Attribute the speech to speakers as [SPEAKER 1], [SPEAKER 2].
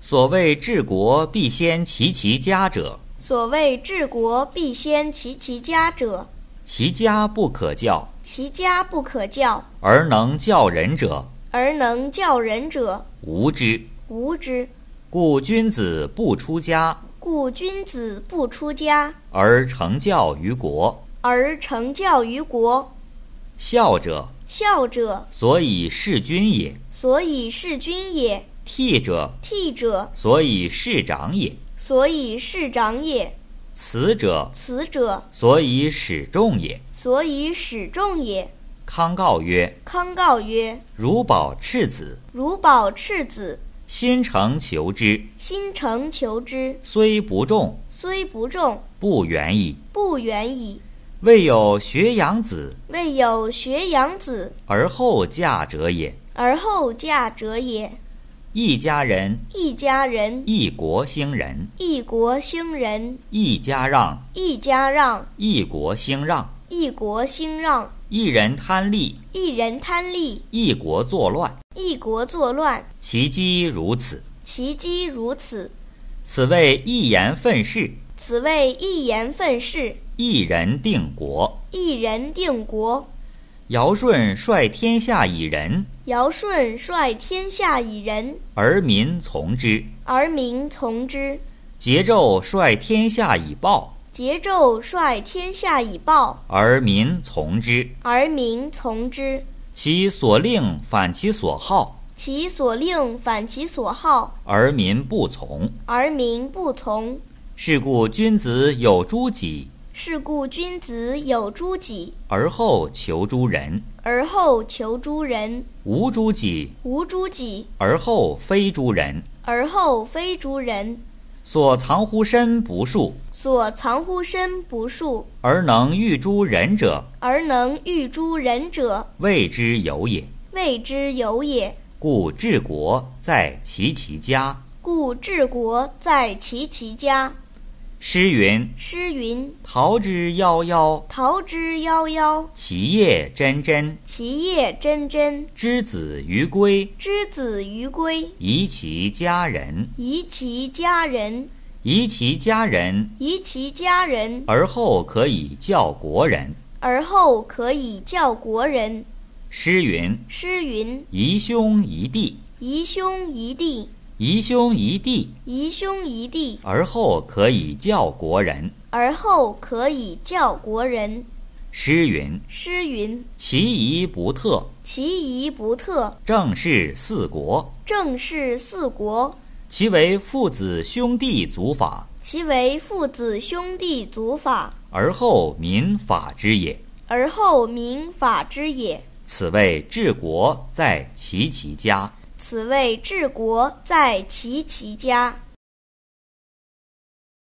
[SPEAKER 1] 所谓治国必先齐其家者，
[SPEAKER 2] 所谓治国必先齐其家者，
[SPEAKER 1] 其家不可教，
[SPEAKER 2] 其家不可教，
[SPEAKER 1] 而能教人者，
[SPEAKER 2] 而能教人者，
[SPEAKER 1] 无之。
[SPEAKER 2] 无之。
[SPEAKER 1] 故君子不出家，
[SPEAKER 2] 故君子不出家，
[SPEAKER 1] 而成教于国。
[SPEAKER 2] 而成教于国。
[SPEAKER 1] 孝者，
[SPEAKER 2] 孝者，
[SPEAKER 1] 所以事君也；
[SPEAKER 2] 所以事君也；
[SPEAKER 1] 悌者，
[SPEAKER 2] 悌者，
[SPEAKER 1] 所以事长也；
[SPEAKER 2] 所以事长也；
[SPEAKER 1] 慈者，
[SPEAKER 2] 慈者，
[SPEAKER 1] 所以始众也。
[SPEAKER 2] 所以始众也。
[SPEAKER 1] 康诰曰
[SPEAKER 2] 康诰曰：“
[SPEAKER 1] 如保赤子，：“
[SPEAKER 2] 如保赤子，
[SPEAKER 1] 心诚求之，
[SPEAKER 2] 心诚求之，
[SPEAKER 1] 虽不中，
[SPEAKER 2] 虽不中，
[SPEAKER 1] 不远矣。
[SPEAKER 2] 不远矣。
[SPEAKER 1] 未有学养子
[SPEAKER 2] 未有学养子，
[SPEAKER 1] 而后嫁者也。
[SPEAKER 2] 而后嫁者也。
[SPEAKER 1] 一家人，
[SPEAKER 2] 一家人，
[SPEAKER 1] 一国兴仁；
[SPEAKER 2] 一国兴仁，
[SPEAKER 1] 一家让，
[SPEAKER 2] 一家让，
[SPEAKER 1] 一国兴让；
[SPEAKER 2] 一国兴让。
[SPEAKER 1] 一人贪利，
[SPEAKER 2] 一人贪利，
[SPEAKER 1] 一国作乱。
[SPEAKER 2] 一国作乱，
[SPEAKER 1] 其机如此，
[SPEAKER 2] 其机如此。
[SPEAKER 1] 此谓一言愤世，
[SPEAKER 2] 此谓一言愤世，
[SPEAKER 1] 一人定国。
[SPEAKER 2] 一人定国。
[SPEAKER 1] 尧舜率天下以仁，
[SPEAKER 2] 尧舜率天下以仁，
[SPEAKER 1] 而民从之；
[SPEAKER 2] 而民从之；
[SPEAKER 1] 桀纣率天下以暴，
[SPEAKER 2] 桀纣率天下以暴，
[SPEAKER 1] 而民从之。
[SPEAKER 2] 而民从之。
[SPEAKER 1] 其所令反其所好，
[SPEAKER 2] 其所令反其所好，
[SPEAKER 1] 而民不从。
[SPEAKER 2] 而民不从。
[SPEAKER 1] 是故君子有诸己，
[SPEAKER 2] 是故君子有诸己，
[SPEAKER 1] 而后求诸人；
[SPEAKER 2] 而后求诸人；
[SPEAKER 1] 无诸己，
[SPEAKER 2] 无诸己，
[SPEAKER 1] 而后非诸人。
[SPEAKER 2] 而后非诸人。
[SPEAKER 1] 所藏乎身不数，
[SPEAKER 2] 所藏乎身不数，
[SPEAKER 1] 而能御诸人者，
[SPEAKER 2] 而能御诸人者，
[SPEAKER 1] 谓之有也。
[SPEAKER 2] 谓之有也。
[SPEAKER 1] 故治国在齐其家。
[SPEAKER 2] 故治国在齐其家。
[SPEAKER 1] 诗云
[SPEAKER 2] 诗云：“
[SPEAKER 1] 桃之夭夭，：“
[SPEAKER 2] 桃之夭夭，
[SPEAKER 1] 其叶蓁蓁。
[SPEAKER 2] 其叶蓁蓁。
[SPEAKER 1] 之子于归，
[SPEAKER 2] 之子于归，
[SPEAKER 1] 宜其家人。
[SPEAKER 2] 宜其家人，
[SPEAKER 1] 宜其家人，
[SPEAKER 2] 宜其家人，
[SPEAKER 1] 而后可以教国人。”
[SPEAKER 2] 而后可以教国人。”
[SPEAKER 1] 诗云
[SPEAKER 2] 诗云：“
[SPEAKER 1] 宜兄宜弟，：“
[SPEAKER 2] 宜兄宜弟，
[SPEAKER 1] 宜兄宜弟，
[SPEAKER 2] 宜兄宜弟，
[SPEAKER 1] 而后可以教国人。
[SPEAKER 2] 而后可以教国人。”
[SPEAKER 1] 诗云”
[SPEAKER 2] 诗云：“
[SPEAKER 1] 其仪不特，：“
[SPEAKER 2] 其仪不特，
[SPEAKER 1] 正是四国。
[SPEAKER 2] 正是四国。
[SPEAKER 1] 其为父子兄弟族法，
[SPEAKER 2] 其为父子兄弟族法，
[SPEAKER 1] 而后民法之也。
[SPEAKER 2] 而后民法之也。”
[SPEAKER 1] 此谓治国在齐其家。
[SPEAKER 2] 此谓治国在齐其家。